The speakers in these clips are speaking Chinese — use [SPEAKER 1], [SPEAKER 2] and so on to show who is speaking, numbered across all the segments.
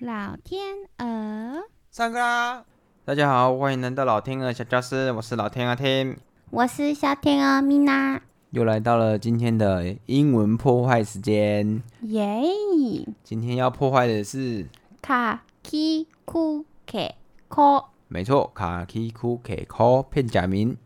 [SPEAKER 1] 老天鹅，
[SPEAKER 2] 上课啦！大家好，欢迎来到老天鹅小教室，我是老天鹅 Tim，
[SPEAKER 1] 我是小天鹅米娜，
[SPEAKER 2] 又来到了今天的英文破坏时间。
[SPEAKER 1] 耶！
[SPEAKER 2] 今天要破坏的是，
[SPEAKER 1] 卡基库克科
[SPEAKER 2] 没错，卡 k 库 k o 片假名。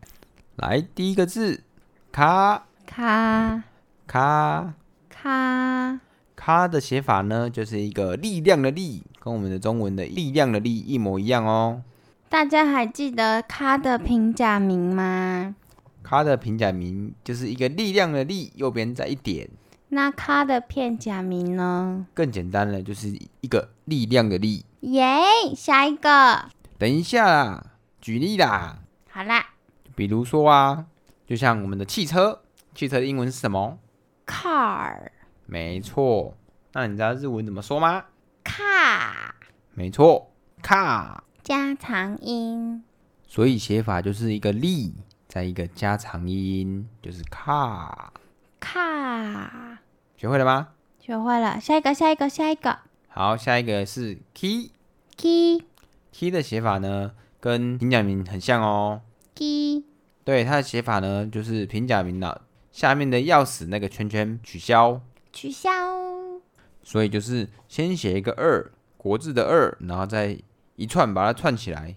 [SPEAKER 2] 来，第一个字，卡
[SPEAKER 1] 卡
[SPEAKER 2] 卡
[SPEAKER 1] 卡
[SPEAKER 2] 卡的写法呢，就是一个力量的力，跟我们的中文的力量的力一模一样哦。
[SPEAKER 1] 大家还记得卡的平假名吗？
[SPEAKER 2] 卡的平假名就是一个力量的力，右边再一点。
[SPEAKER 1] 那卡的片假名呢？
[SPEAKER 2] 更简单了，就是一个力量的力。
[SPEAKER 1] 耶、下一个，
[SPEAKER 2] 等一下啦，举例啦，
[SPEAKER 1] 好啦，
[SPEAKER 2] 比如说啊，就像我们的汽车，汽车的英文是什么？
[SPEAKER 1] car
[SPEAKER 2] 没错。那你知道日文怎么说吗？
[SPEAKER 1] 卡
[SPEAKER 2] 没错，car。
[SPEAKER 1] 加长音，
[SPEAKER 2] 所以写法就是一个力，再一个加长音，就是 car。
[SPEAKER 1] 卡，
[SPEAKER 2] 学会了吗？
[SPEAKER 1] 学会了。下一个，下一个，下一个
[SPEAKER 2] 好，下一个是 key。
[SPEAKER 1] ，ki
[SPEAKER 2] key 的写法呢，跟平假名很像哦。
[SPEAKER 1] ki
[SPEAKER 2] 对，它的写法呢，就是平假名了，下面的钥匙那个圈圈取消，
[SPEAKER 1] 取消，
[SPEAKER 2] 所以就是先写一个二，国字的二，然后再一串把它串起来。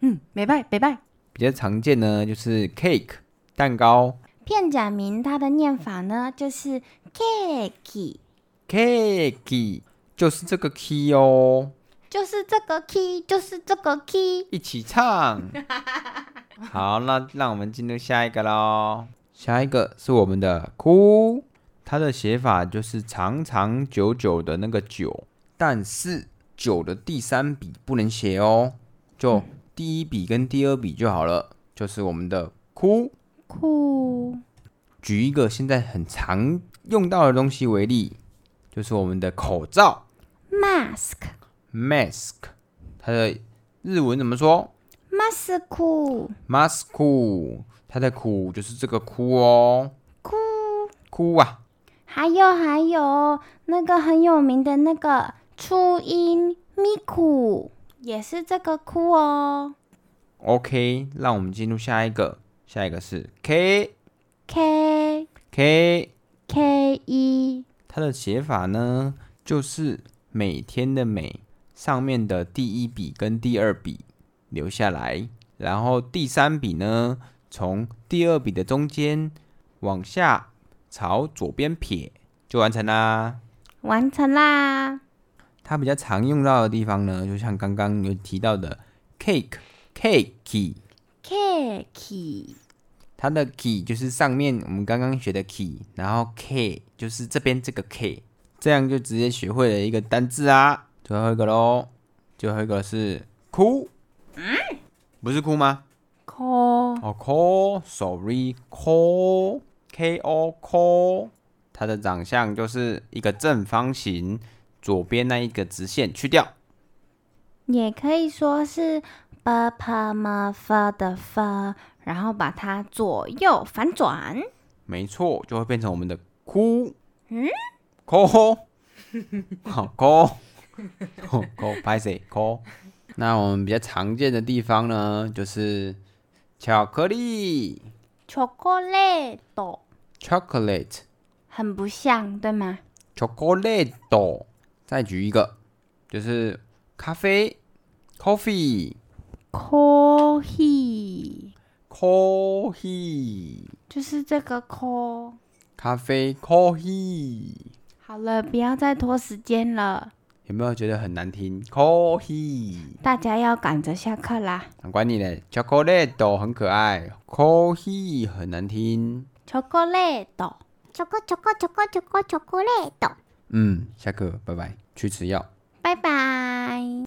[SPEAKER 1] 嗯，没拜，没拜。
[SPEAKER 2] 比较常见呢，就是 cake 蛋糕
[SPEAKER 1] 片假名它的念法呢，就是 cake，
[SPEAKER 2] cake，就是这个 key 哦，
[SPEAKER 1] 就是这个 key，就是这个 key。
[SPEAKER 2] 一起 唱。好，那让我们进入下一个喽。下一个是我们的哭，它的写法就是长长久久的那个久，但是九的第三笔不能写哦，就第一笔跟第二笔就好了，就是我们的哭。
[SPEAKER 1] 酷，
[SPEAKER 2] 举一个现在很常用到的东西为例，就是我们的口罩
[SPEAKER 1] mask
[SPEAKER 2] （mask），它的日文怎么说
[SPEAKER 1] mask
[SPEAKER 2] ？mask，它的苦就是这个哭哦，
[SPEAKER 1] 酷，
[SPEAKER 2] 哭啊，
[SPEAKER 1] 还有还有那个很有名的那个初音咪咕，也是这个酷哦。
[SPEAKER 2] OK，让我们进入下一个，下一个是 K
[SPEAKER 1] k
[SPEAKER 2] K，
[SPEAKER 1] k e
[SPEAKER 2] 它的写法呢就是每天的每上面的第一笔跟第二笔留下来，然后第三笔呢从第二笔的中间往下朝左边撇就完成啦。
[SPEAKER 1] 完成啦。
[SPEAKER 2] 它比较常用到的地方呢，就像刚刚有提到的 cake cake。
[SPEAKER 1] cake
[SPEAKER 2] 它的 key 就是上面我们刚刚学的 key，然后 k 就是这边这个 k，这样就直接学会了一个单字啊。最后一个喽，最后一个是哭，不是哭吗？
[SPEAKER 1] call
[SPEAKER 2] 哦，call，sorry，call，k o call，它的长相就是一个正方形，左边那一个直线去掉，
[SPEAKER 1] 也可以说是 b p m f 的 f，然后把它左右反转。
[SPEAKER 2] 没错，就会变成我们的哭，
[SPEAKER 1] 嗯
[SPEAKER 2] ，call，好 call，好 call，拍谁 call？那我们比较常见的地方呢，就是巧克力
[SPEAKER 1] chocolate
[SPEAKER 2] （chocolate）、
[SPEAKER 1] 很不像，对吗
[SPEAKER 2] chocolate。再举一个，就是咖啡 （coffee）、
[SPEAKER 1] ？coffee
[SPEAKER 2] coffee、
[SPEAKER 1] 就是这个 co。
[SPEAKER 2] 咖啡 coffee。
[SPEAKER 1] 好了，不要再拖时间了，
[SPEAKER 2] 有没有觉得很难听？coffee。
[SPEAKER 1] 大家要赶着下课啦。
[SPEAKER 2] 管你嘞，chocolate 很可爱，coffee 很难听。
[SPEAKER 1] chocolate choco choco choco choco chocolate，
[SPEAKER 2] 嗯，下课，拜拜，去吃药。
[SPEAKER 1] 拜拜。